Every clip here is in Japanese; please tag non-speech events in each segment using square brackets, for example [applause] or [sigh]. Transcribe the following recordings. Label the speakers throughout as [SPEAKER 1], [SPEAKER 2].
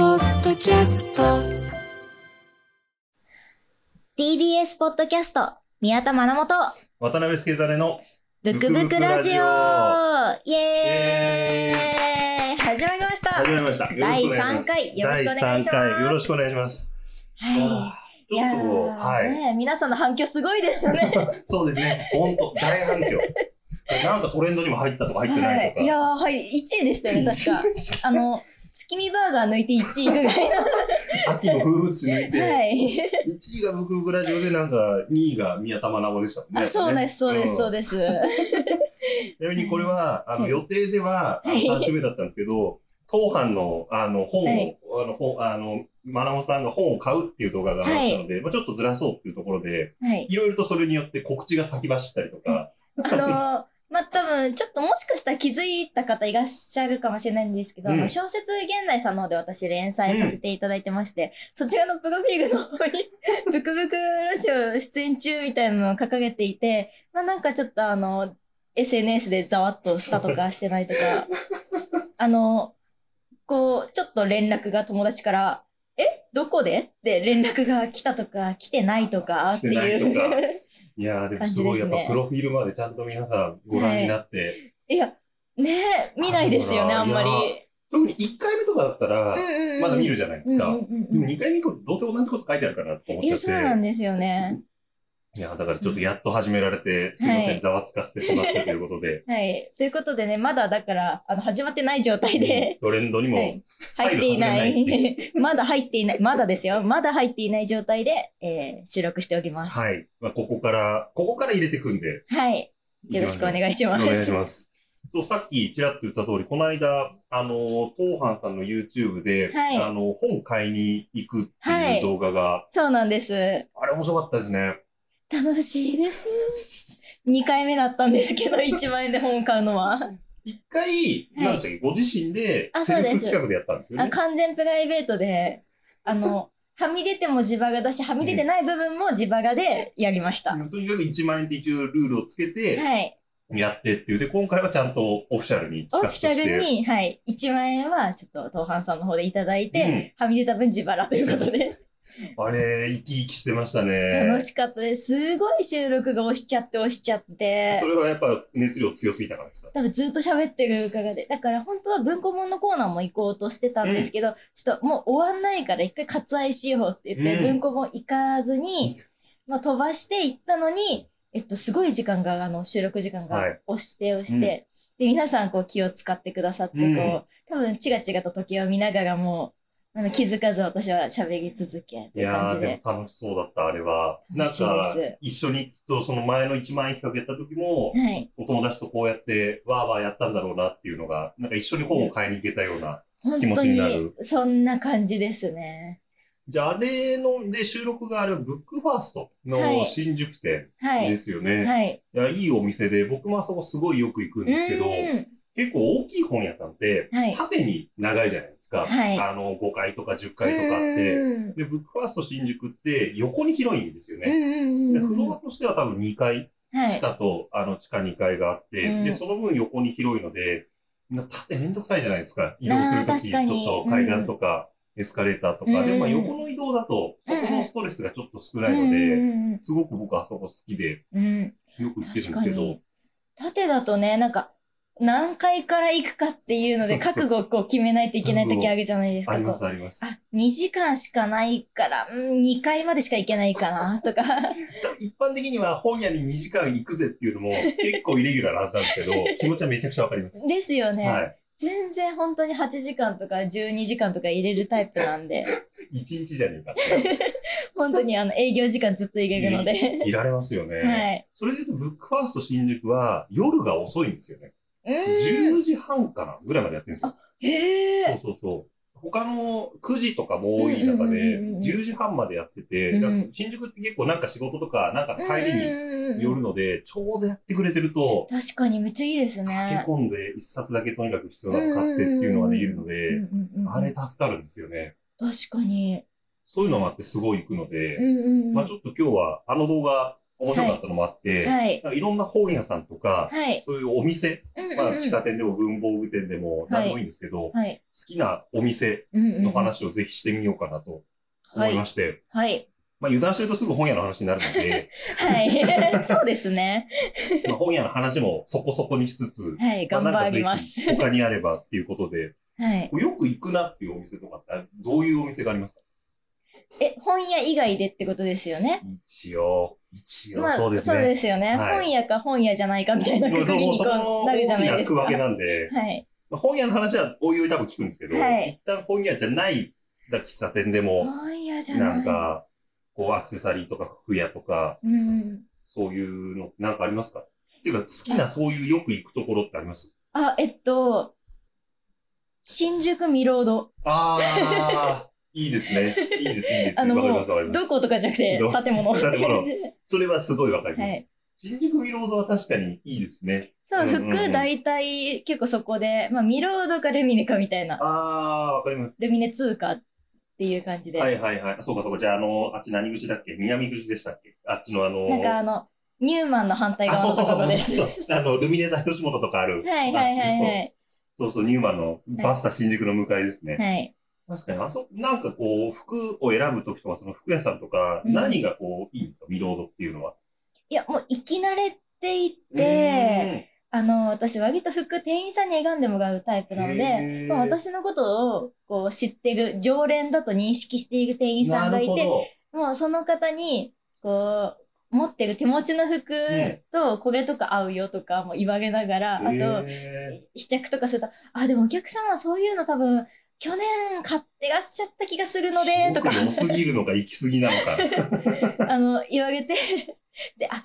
[SPEAKER 1] キャスト
[SPEAKER 2] TBS ポッドキャスト、宮田真と
[SPEAKER 3] 渡辺助ザレの
[SPEAKER 2] ブクブクラジオ
[SPEAKER 3] ブクブク
[SPEAKER 2] イエーイ始まりました
[SPEAKER 3] 始まりました。
[SPEAKER 2] 第三回
[SPEAKER 3] よろしくお願いします。第三回よろしくお願いします。
[SPEAKER 2] は
[SPEAKER 3] ちょっと
[SPEAKER 2] ー
[SPEAKER 3] はい、
[SPEAKER 2] ねえ皆さんの反響すごいですね。
[SPEAKER 3] そうですね。本当大反響。 [laughs] なんかトレンドにも入ったとか [laughs] 入って
[SPEAKER 2] は
[SPEAKER 3] ない
[SPEAKER 2] い
[SPEAKER 3] と、か。
[SPEAKER 2] いやーはい、1位でしたよね、確か。
[SPEAKER 3] か。
[SPEAKER 2] あの、月見バーガー抜いて1位ぐらいの。
[SPEAKER 3] [laughs] 秋の風物詩抜いて、
[SPEAKER 2] はい。
[SPEAKER 3] 一位がブクブクラジオでなんか二位が宮田学でしたもんね。
[SPEAKER 2] あ、そうです、そうです、そう
[SPEAKER 3] で
[SPEAKER 2] です。
[SPEAKER 3] す。ちなみにこれはあの
[SPEAKER 2] はい
[SPEAKER 3] 予定ではあの
[SPEAKER 2] はい
[SPEAKER 3] 三週目だったんですけど。当班の、あの、本を、
[SPEAKER 2] はい
[SPEAKER 3] あの、本、あの、マナモさんが本を買うっていう動画があったので、まあちょっとずらそうっていうところで、
[SPEAKER 2] はい。
[SPEAKER 3] いろいろとそれによって告知が先走ったりと
[SPEAKER 2] [laughs]
[SPEAKER 3] か、
[SPEAKER 2] あのー、まあ、多分、ちょっともしかしたら気づいた方いらっしゃるかもしれないんですけど、あの
[SPEAKER 3] うん
[SPEAKER 2] 小説現代さんの方で私連載させていただいてまして、そちらのプロフィールの方
[SPEAKER 3] [laughs]
[SPEAKER 2] に、ブクブクラジオ出演中みたいなのを掲げていて、まあ、なんかちょっとあの、SNS でざわっとしたとかしてないと
[SPEAKER 3] [laughs]
[SPEAKER 2] か、あの、こう、ちょっと連絡が友達から、えどこでって連絡が来たとか、来てないとか、って
[SPEAKER 3] 来てない
[SPEAKER 2] いう。
[SPEAKER 3] いやーでも
[SPEAKER 2] 感じ
[SPEAKER 3] すごい
[SPEAKER 2] で
[SPEAKER 3] や
[SPEAKER 2] す
[SPEAKER 3] っ
[SPEAKER 2] ね
[SPEAKER 3] ぱプロフィールまでちゃんと皆さんご覧になって、
[SPEAKER 2] いや、ねえ、見ないですよね、あ
[SPEAKER 3] あ
[SPEAKER 2] ん
[SPEAKER 3] のー
[SPEAKER 2] まり。
[SPEAKER 3] 特に1回目とかだったら
[SPEAKER 2] うん、うんうん
[SPEAKER 3] まだ見るじゃないですか。
[SPEAKER 2] うんうんう
[SPEAKER 3] で
[SPEAKER 2] ん
[SPEAKER 3] も2回目以降どうせ同じこと書いてあるかなと思っ
[SPEAKER 2] い
[SPEAKER 3] ちゃ
[SPEAKER 2] や、
[SPEAKER 3] っ
[SPEAKER 2] そうなん
[SPEAKER 3] て。
[SPEAKER 2] ですよね。
[SPEAKER 3] いやーだからちょっとやっと始められて、すいませ
[SPEAKER 2] は
[SPEAKER 3] ん、
[SPEAKER 2] い
[SPEAKER 3] ざわつかせてしまったということで、
[SPEAKER 2] はい。ということでね、まだだから、あの、始まってない状態で、
[SPEAKER 3] トレンドに
[SPEAKER 2] は
[SPEAKER 3] も
[SPEAKER 2] い、入っていな。
[SPEAKER 3] 入るはずがない
[SPEAKER 2] まだ入ってい [laughs] ない。まだですよ。まだ入っていない状態で、えー収録しております。
[SPEAKER 3] はい。まあ、ここから、ここから入れていくんで。
[SPEAKER 2] はい。よろしくお願いし
[SPEAKER 3] お
[SPEAKER 2] ます。
[SPEAKER 3] 願いします。そう、さっきちらっと言った通り、この間、あの、東藩さんの YouTube で、
[SPEAKER 2] はい
[SPEAKER 3] あの、本買いに行くって
[SPEAKER 2] は
[SPEAKER 3] いう
[SPEAKER 2] い
[SPEAKER 3] 動画が、
[SPEAKER 2] そうなんです。
[SPEAKER 3] あれ面白かったですね。
[SPEAKER 2] 楽しいです。2回目だったんですけど、1万円で本を買うのは。
[SPEAKER 3] 一回、
[SPEAKER 2] はい
[SPEAKER 3] 何でしたっけ、ご自身で、
[SPEAKER 2] あ
[SPEAKER 3] セル
[SPEAKER 2] そうで
[SPEAKER 3] フ
[SPEAKER 2] す
[SPEAKER 3] 企画でやったんですよ
[SPEAKER 2] あ
[SPEAKER 3] ね。
[SPEAKER 2] 完全プライベートで、あ
[SPEAKER 3] [laughs]
[SPEAKER 2] の、はみ出ても自腹だし、はみ出てない部分も自腹でやりました。
[SPEAKER 3] とにかく1万円って一応ルールをつけて、
[SPEAKER 2] はい。
[SPEAKER 3] やってっていう。で、今回はちゃんとオフィシャルに
[SPEAKER 2] オ
[SPEAKER 3] 企
[SPEAKER 2] フ
[SPEAKER 3] 画
[SPEAKER 2] ィ
[SPEAKER 3] と
[SPEAKER 2] シ
[SPEAKER 3] して。
[SPEAKER 2] ャルに、はい。1万円は、ちょっと、東販さんの方でいただいて、はみ出た分自腹ということで、
[SPEAKER 3] うん。あれ、生き生きしてましたね。
[SPEAKER 2] 楽しかったです。すごい収録が押しちゃって押しちゃって
[SPEAKER 3] そ、れはやっぱ熱量強すぎたからですか
[SPEAKER 2] 多分ずっと喋ってるからで、だから本当は文庫本のコーナーも行こうとしてたんですけど、ちょっともう終わんないから一回割愛しようって言って、
[SPEAKER 3] う
[SPEAKER 2] 文
[SPEAKER 3] ん
[SPEAKER 2] 庫本行かずに、まあ、飛ばして行ったのに、えっと、すごい時間が、あの、収録時間
[SPEAKER 3] は
[SPEAKER 2] が
[SPEAKER 3] い
[SPEAKER 2] 押して押して、
[SPEAKER 3] うん
[SPEAKER 2] で、皆さんこう気を使ってくださって、こう、
[SPEAKER 3] うん
[SPEAKER 2] 多分チガチガと時計を見ながらもう、あの気づかず私は喋り続けと
[SPEAKER 3] い
[SPEAKER 2] いう感
[SPEAKER 3] や
[SPEAKER 2] じ
[SPEAKER 3] ー、で
[SPEAKER 2] で。
[SPEAKER 3] も楽しそうだった、あれは。なん
[SPEAKER 2] 楽しい
[SPEAKER 3] か
[SPEAKER 2] です、
[SPEAKER 3] 一緒にきっとその前の1万円企画やった時も、
[SPEAKER 2] はい。
[SPEAKER 3] お友達とこうやって、わーわーやったんだろうなっていうのが、なんか一緒に本を買いに行けたような。
[SPEAKER 2] 本
[SPEAKER 3] 気持
[SPEAKER 2] 当
[SPEAKER 3] ちに
[SPEAKER 2] に
[SPEAKER 3] なる、
[SPEAKER 2] そんな感じですね。
[SPEAKER 3] じゃあ、あれの、で、収録があるブックファースト
[SPEAKER 2] は
[SPEAKER 3] の
[SPEAKER 2] い
[SPEAKER 3] 新宿店
[SPEAKER 2] は
[SPEAKER 3] で
[SPEAKER 2] い。
[SPEAKER 3] すよね。い、
[SPEAKER 2] はい。
[SPEAKER 3] や、いいお店で、僕もあそこすごいよく行くんですけど、
[SPEAKER 2] うん
[SPEAKER 3] 結構大きい本屋さんって、
[SPEAKER 2] はい。
[SPEAKER 3] 縦に長いじゃないですか。
[SPEAKER 2] はい
[SPEAKER 3] あの、5階とか10階とかあって。
[SPEAKER 2] うん
[SPEAKER 3] で、ブックファースト新宿って横に広いんですよ
[SPEAKER 2] うん
[SPEAKER 3] ね。
[SPEAKER 2] うん
[SPEAKER 3] で、
[SPEAKER 2] うん
[SPEAKER 3] フ
[SPEAKER 2] うん
[SPEAKER 3] ロアとしては多分2階
[SPEAKER 2] は
[SPEAKER 3] 地
[SPEAKER 2] い。
[SPEAKER 3] 下と、あの、地下2階があって、
[SPEAKER 2] うん
[SPEAKER 3] で、その分横に広いので、な縦めんどくさいじゃないですか。移動するとき、
[SPEAKER 2] あー確
[SPEAKER 3] ちょ
[SPEAKER 2] か
[SPEAKER 3] っ
[SPEAKER 2] に
[SPEAKER 3] と階段とか、エスカレーターとか。
[SPEAKER 2] うん
[SPEAKER 3] で、まあ横の移動だと、そこのストレスがちょっと少ないので、
[SPEAKER 2] うん
[SPEAKER 3] すごく僕あそこ好きで、
[SPEAKER 2] うんうんうん
[SPEAKER 3] よく行ってる
[SPEAKER 2] 確
[SPEAKER 3] んで
[SPEAKER 2] か
[SPEAKER 3] すけ
[SPEAKER 2] に
[SPEAKER 3] ど、。
[SPEAKER 2] 縦だとね、なんか、何階から行くかっていうので、
[SPEAKER 3] そう
[SPEAKER 2] 覚
[SPEAKER 3] そう
[SPEAKER 2] 悟をこう決めないといけない時あるじゃないです
[SPEAKER 3] あ
[SPEAKER 2] か。
[SPEAKER 3] ります
[SPEAKER 2] こう
[SPEAKER 3] あります。
[SPEAKER 2] あ、2時間しかないから、うん、2階までしか行けないかな、とか。 [laughs]
[SPEAKER 3] 一般的には本屋に2時間行くぜっていうのも結構イレギュラーなはずなんですけど、気持ちはめちゃくちゃわかります。
[SPEAKER 2] ですよね。
[SPEAKER 3] はい。
[SPEAKER 2] 全然本当に8時間とか12時間とか入れるタイプなんで、
[SPEAKER 3] 1日じゃねえかって。
[SPEAKER 2] 本当にあの営業時間ずっと入れるので。
[SPEAKER 3] いられますよね。
[SPEAKER 2] [laughs] はい。
[SPEAKER 3] それで言うと、ブックファースト新宿は夜が遅いんですよね。
[SPEAKER 2] うん。
[SPEAKER 3] 10時半かなぐらいまでやってるんですよ。
[SPEAKER 2] へ
[SPEAKER 3] そう
[SPEAKER 2] え。
[SPEAKER 3] そうそう。他の9時とかも多い中で、
[SPEAKER 2] うんうんうんうん
[SPEAKER 3] 10時半までやってて、
[SPEAKER 2] うん
[SPEAKER 3] だから新宿って結構なんか仕事とか、なんか帰りに
[SPEAKER 2] に
[SPEAKER 3] 寄るので、ちょうどやってくれてると、
[SPEAKER 2] 確かにめっちゃいいですね。
[SPEAKER 3] 駆け込んで一冊だけとにかく必要なの買ってっていうのができるので、
[SPEAKER 2] うんうんうんうん
[SPEAKER 3] あれ助かるんですよね。
[SPEAKER 2] 確かに。
[SPEAKER 3] そういうのもあってすごい行くので、
[SPEAKER 2] うんうんうん
[SPEAKER 3] まあちょっと今日はあの動画、面白かったのもあって、
[SPEAKER 2] はい。
[SPEAKER 3] なんかいろんな本屋さんとか、
[SPEAKER 2] はい。
[SPEAKER 3] そういうお店、
[SPEAKER 2] うんうん
[SPEAKER 3] まあ、
[SPEAKER 2] うん
[SPEAKER 3] 喫茶店でも文房具店でも何でもいいんですけど、好
[SPEAKER 2] はい。
[SPEAKER 3] きなお店
[SPEAKER 2] うんうん
[SPEAKER 3] の話をぜひしてみようかなと思
[SPEAKER 2] はい
[SPEAKER 3] ま
[SPEAKER 2] い。
[SPEAKER 3] して、
[SPEAKER 2] はい。
[SPEAKER 3] まあ、油断してるとすぐ本屋の話になるの
[SPEAKER 2] [laughs]
[SPEAKER 3] で、
[SPEAKER 2] はい。 [laughs] そうですね。
[SPEAKER 3] まあ本屋の話もそこそこにしつつ、
[SPEAKER 2] はい。
[SPEAKER 3] まあ
[SPEAKER 2] 頑張りま
[SPEAKER 3] なん
[SPEAKER 2] す
[SPEAKER 3] かぜ。ひ他にあればっていうことで、
[SPEAKER 2] はい。
[SPEAKER 3] よく行くなっていうお店とかって、どういうお店がありますか
[SPEAKER 2] え、本屋以外でってことですよね。
[SPEAKER 3] 一応、一応、
[SPEAKER 2] まあ、
[SPEAKER 3] そ
[SPEAKER 2] そうう
[SPEAKER 3] で
[SPEAKER 2] ですす
[SPEAKER 3] ね。
[SPEAKER 2] よね。
[SPEAKER 3] はい
[SPEAKER 2] 本屋か本屋じゃないかみたいな
[SPEAKER 3] もう
[SPEAKER 2] く
[SPEAKER 3] そ
[SPEAKER 2] くり
[SPEAKER 3] もう
[SPEAKER 2] に
[SPEAKER 3] そ
[SPEAKER 2] こ
[SPEAKER 3] この
[SPEAKER 2] うなる
[SPEAKER 3] 大
[SPEAKER 2] じゃ
[SPEAKER 3] き
[SPEAKER 2] ない
[SPEAKER 3] な
[SPEAKER 2] です
[SPEAKER 3] 区
[SPEAKER 2] か。
[SPEAKER 3] 分け
[SPEAKER 2] は
[SPEAKER 3] なんで、
[SPEAKER 2] い。
[SPEAKER 3] まあ本屋の話はおいおい多分聞くんですけど、
[SPEAKER 2] はい
[SPEAKER 3] 一旦本屋じゃないだ喫茶店でも、
[SPEAKER 2] 本屋じゃない。
[SPEAKER 3] なんか、こうアクセサリーとか服屋とか、
[SPEAKER 2] うん。
[SPEAKER 3] そういうの、なんかありますかっていうか、好きなそういうよく行くところってあります
[SPEAKER 2] あ、えっと、新宿ミロード。
[SPEAKER 3] ああ、いいですね。いいです、いいです。
[SPEAKER 2] あの、
[SPEAKER 3] わかり
[SPEAKER 2] も
[SPEAKER 3] ます、わかり
[SPEAKER 2] う、
[SPEAKER 3] ます
[SPEAKER 2] ど。ことかじゃなくて
[SPEAKER 3] ど、
[SPEAKER 2] 建物。[laughs]
[SPEAKER 3] 建物それはすごいわかります。
[SPEAKER 2] はい
[SPEAKER 3] 新宿ミロードは確かにいいですね。
[SPEAKER 2] そう、
[SPEAKER 3] うんうんうん
[SPEAKER 2] 服大体結構そこで、まあ、ミロードかルミネかみたいな。
[SPEAKER 3] ああー、わかります。
[SPEAKER 2] ルミネ2かっていう感じで。
[SPEAKER 3] はいはいはい。そうかそうか。じゃあ、あの、あっち何口だっけ南口でしたっけあっちのあの、
[SPEAKER 2] なんかあの、ニューマンの反対
[SPEAKER 3] あ、
[SPEAKER 2] 側の
[SPEAKER 3] そうそ
[SPEAKER 2] と
[SPEAKER 3] うそう
[SPEAKER 2] ころ
[SPEAKER 3] そう
[SPEAKER 2] です。
[SPEAKER 3] そう。あの、ルミネ座吉本とかある。
[SPEAKER 2] はいはいはいは
[SPEAKER 3] あっちの
[SPEAKER 2] い。
[SPEAKER 3] そうそう、ニューマンのバスタ新宿の向かいですね。
[SPEAKER 2] はい。
[SPEAKER 3] 確かに、あそ、なんかこう、服を選ぶときとか、その服屋さんとか、
[SPEAKER 2] うん
[SPEAKER 3] 何がこう、いいんですかミロードっていうのは。
[SPEAKER 2] いや、もう、生き慣れていて、あの、私、割と服、店員さんに選んでもらうタイプなの
[SPEAKER 3] へ
[SPEAKER 2] で
[SPEAKER 3] ー、
[SPEAKER 2] まあ私のことを、こう、知ってる、常連だと認識している店
[SPEAKER 3] うー
[SPEAKER 2] 員
[SPEAKER 3] ん、
[SPEAKER 2] さんがい
[SPEAKER 3] なる
[SPEAKER 2] て、
[SPEAKER 3] ほ
[SPEAKER 2] もう、その方に、こう、持ってる手持ちの服
[SPEAKER 3] ん
[SPEAKER 2] と、これとか合うよとかも言われながら、あ
[SPEAKER 3] ど。
[SPEAKER 2] と、
[SPEAKER 3] へ
[SPEAKER 2] 試着とかすると、あ、でもお客さんはそういうの多分、去年買ってらっしゃった気がするので、
[SPEAKER 3] ー
[SPEAKER 2] とか。
[SPEAKER 3] すごく良すぎるのか、行き過ぎなのか。
[SPEAKER 2] [laughs] あの、言われて、で、あ、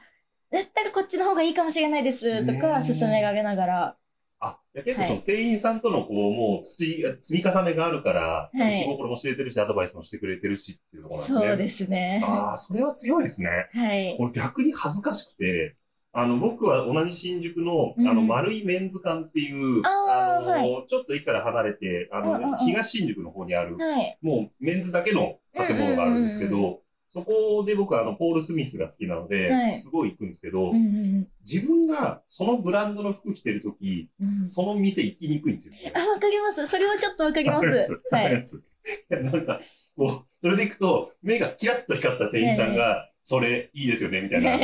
[SPEAKER 2] だったらこっちの方がいいかもしれないです、と
[SPEAKER 3] う
[SPEAKER 2] か、
[SPEAKER 3] ん
[SPEAKER 2] 勧められながら。
[SPEAKER 3] あ、いや結構
[SPEAKER 2] はい
[SPEAKER 3] その店員さんとのこう、もう土、積み重ねがあるから、
[SPEAKER 2] はい
[SPEAKER 3] 気心も知れてるし、アドバイスもしてくれてるしっていうところなんですね。
[SPEAKER 2] そうですね。
[SPEAKER 3] ああ、それは強いですね。
[SPEAKER 2] はい。
[SPEAKER 3] 俺逆に恥ずかしくて、あの、僕は同じ新宿の、あの、
[SPEAKER 2] うん
[SPEAKER 3] 丸いメンズ館っていう、
[SPEAKER 2] あー
[SPEAKER 3] の、ちょっと駅から離れて、あの、
[SPEAKER 2] うんうんうん
[SPEAKER 3] 東新宿の方にある、
[SPEAKER 2] はい。
[SPEAKER 3] もうメンズだけの建物があるんですけど、
[SPEAKER 2] うんうん
[SPEAKER 3] そこで僕はあの、ポール・スミスが好きなので、
[SPEAKER 2] はい
[SPEAKER 3] すごい行くんですけど、
[SPEAKER 2] うんうん
[SPEAKER 3] 自分がそのブランドの服着てるとき、
[SPEAKER 2] うん。うん
[SPEAKER 3] その店行きにくいんですよ、ね。
[SPEAKER 2] あ、わかります。それはちょっとわかりま
[SPEAKER 3] わかりますす。
[SPEAKER 2] は
[SPEAKER 3] わかり
[SPEAKER 2] い。
[SPEAKER 3] ますいやなんか、こう、それでいくと、目がキラッと光った店員さんが、それいいですよね、みたいな。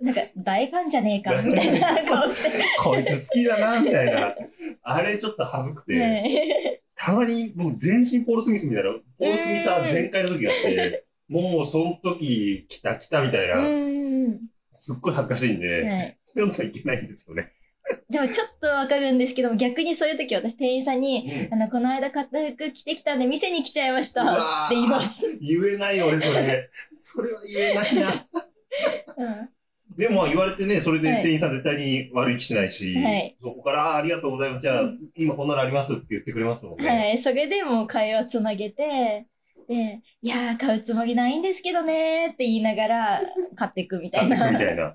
[SPEAKER 2] なんか、大ファンじゃねえか、みたいな顔して。
[SPEAKER 3] こいつ好きだな、みたい
[SPEAKER 2] [laughs]
[SPEAKER 3] な。あれちょっと恥ずくて、
[SPEAKER 2] はい
[SPEAKER 3] たまにもう全身ポール・スミスみたいな、ポール・スミスは全開の時があ
[SPEAKER 2] [laughs]
[SPEAKER 3] って、もうその時、来た来たみたいな、
[SPEAKER 2] うん。
[SPEAKER 3] すっごい恥ずかしいんで、
[SPEAKER 2] はい。
[SPEAKER 3] そういうのはいけないんですよね。
[SPEAKER 2] でもちょっとわかるんですけども、逆にそういう時私店員さんに、あの、この間買った服着てきたんで、店に来ちゃいまし
[SPEAKER 3] うわ
[SPEAKER 2] た。
[SPEAKER 3] ー
[SPEAKER 2] って言います。
[SPEAKER 3] 言えない俺、そ
[SPEAKER 2] [laughs]
[SPEAKER 3] れ。それは言えないな。
[SPEAKER 2] うん
[SPEAKER 3] でも言われてね、それで
[SPEAKER 2] はい
[SPEAKER 3] 店員さん絶対に悪い気しないし、
[SPEAKER 2] はい
[SPEAKER 3] そこから、あーありがとうございます。じゃあ、
[SPEAKER 2] う
[SPEAKER 3] 今こんなのありますって言ってくれますもんね。
[SPEAKER 2] はい。それでもう会話つなげて、で、いやー、買うつもりないんですけどねーって言いながら、買っていくみた
[SPEAKER 3] 買
[SPEAKER 2] い
[SPEAKER 3] ってく
[SPEAKER 2] な。
[SPEAKER 3] みたいな。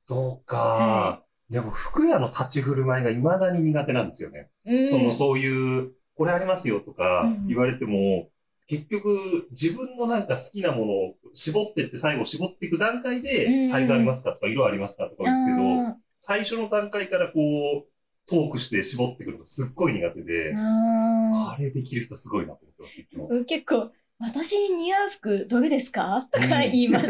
[SPEAKER 3] そうか、
[SPEAKER 2] は
[SPEAKER 3] でも服屋の立ち振る舞いが未だに苦手なんですよね。
[SPEAKER 2] うん
[SPEAKER 3] その、そういう、これありますよと
[SPEAKER 2] う
[SPEAKER 3] か
[SPEAKER 2] ん
[SPEAKER 3] 言われても、結局、自分のなんか好きなものを絞ってって最後絞っていく段
[SPEAKER 2] う
[SPEAKER 3] 階
[SPEAKER 2] んう
[SPEAKER 3] で、
[SPEAKER 2] ん
[SPEAKER 3] サイズありますかとか色ありますかとか
[SPEAKER 2] あ
[SPEAKER 3] 言うんですけど、
[SPEAKER 2] ー
[SPEAKER 3] 最初の段階からこう、トークして絞っていくのがすっごい苦手で、
[SPEAKER 2] あ
[SPEAKER 3] あれできる人すごいなと思ってます、いつも。
[SPEAKER 2] ー結構、私に似合う服どれですかとか言います。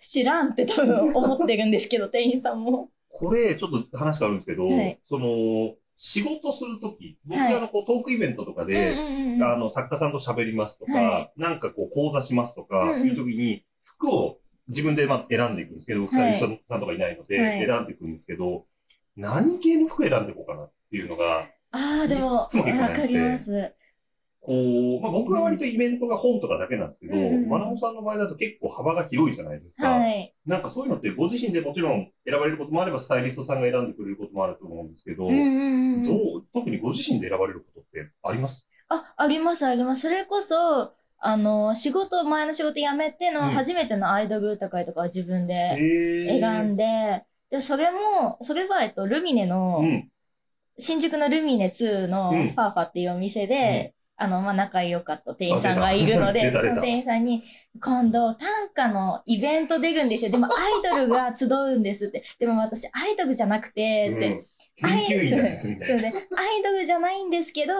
[SPEAKER 2] 知らんって多分思ってるんですけど、店員さんも。
[SPEAKER 3] これ、ちょっと話変わるんですけど、
[SPEAKER 2] はい
[SPEAKER 3] その、仕事するとき、僕
[SPEAKER 2] はい
[SPEAKER 3] あの、こう、トークイベントとか
[SPEAKER 2] う
[SPEAKER 3] で、
[SPEAKER 2] んうんうん
[SPEAKER 3] あの、作家さんと喋りますとか、
[SPEAKER 2] は
[SPEAKER 3] なんかこう、講座しますとか、
[SPEAKER 2] うんうん
[SPEAKER 3] いうときに、服を自分で、まあ、選んでいくんですけど、僕、
[SPEAKER 2] はい
[SPEAKER 3] さんさんとかいないので、
[SPEAKER 2] はい
[SPEAKER 3] 選んでいくんですけど、何系の服選んでいこうかなっていうのが、
[SPEAKER 2] あーでも、わ
[SPEAKER 3] いつも結構悩んで
[SPEAKER 2] かります。
[SPEAKER 3] こう、まあ、僕は割とイベントが本とかだけなんですけど、
[SPEAKER 2] うんうん
[SPEAKER 3] マナオさんの場合だと結構幅が広いじゃないですか。
[SPEAKER 2] はい。
[SPEAKER 3] なんかそういうのってご自身でもちろん選ばれることもあれば、スタイリストさんが選んでくれることもあると思うんですけど、
[SPEAKER 2] うんうんうん
[SPEAKER 3] どう特にご自身で選ばれることってあります
[SPEAKER 2] あ、あります、あります。それこそ、あの、仕事、前の仕事辞めて
[SPEAKER 3] うん
[SPEAKER 2] の初めてのアイドル歌会とかは自分で
[SPEAKER 3] え
[SPEAKER 2] 選ん
[SPEAKER 3] で、
[SPEAKER 2] で、で、それも、それは、えっと、ルミネの、
[SPEAKER 3] うん、
[SPEAKER 2] 新宿のルミネ2の
[SPEAKER 3] う
[SPEAKER 2] フ
[SPEAKER 3] ん
[SPEAKER 2] ァーファっていうお店で、あの、まあ、仲良かった店員さんがいるの
[SPEAKER 3] あ出
[SPEAKER 2] で、
[SPEAKER 3] た出た
[SPEAKER 2] そ
[SPEAKER 3] 出た
[SPEAKER 2] の店員さんに、今度、短歌のイベント出るんですよ。でも、アイドルが集うんですって。でも、私、アイドルじゃなくて、って、
[SPEAKER 3] うん、研究員なんですみたい
[SPEAKER 2] そうねアイドルじゃないんですけど、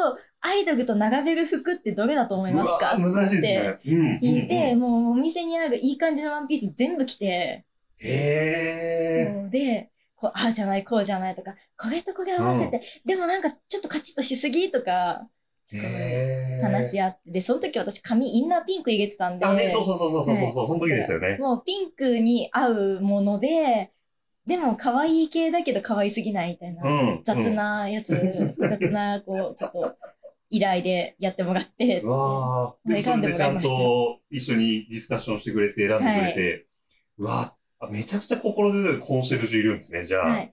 [SPEAKER 2] アイドルと並べる服ってどれだと思い
[SPEAKER 3] な。
[SPEAKER 2] ま
[SPEAKER 3] う
[SPEAKER 2] す
[SPEAKER 3] わ
[SPEAKER 2] か
[SPEAKER 3] ー難しいですね。うんうん
[SPEAKER 2] 言っ
[SPEAKER 3] う
[SPEAKER 2] て、
[SPEAKER 3] ん、
[SPEAKER 2] もうお店にあるいい感じのワンピース全部着て、
[SPEAKER 3] へえ。
[SPEAKER 2] もうで、こう、ああじゃない、こうじゃないとか、これとこれ合わせて、でもなんかちょっとカチッとしすぎとか、すごい
[SPEAKER 3] へー
[SPEAKER 2] 話し合って、で、その時私髪インナーピンク入れてたんで、
[SPEAKER 3] あ、ね、そうそうそうそうそうそう、その時でしたよね。
[SPEAKER 2] もうピンクに合うもので、でも可愛い系だけど可愛すぎないみたいな。
[SPEAKER 3] うん。
[SPEAKER 2] 雑なやつ、雑な、こう、ちょっと、依頼でやってもらって
[SPEAKER 3] うん。う、わーでもそ
[SPEAKER 2] 選んで
[SPEAKER 3] れ
[SPEAKER 2] も
[SPEAKER 3] でち
[SPEAKER 2] ら
[SPEAKER 3] ゃ
[SPEAKER 2] い
[SPEAKER 3] ん
[SPEAKER 2] ました
[SPEAKER 3] と一緒にディスカッションしてくれて、選んでくれて。うわーあめちゃくちゃ心出てるコンシェルジュいるんですね、じゃあ。
[SPEAKER 2] はい。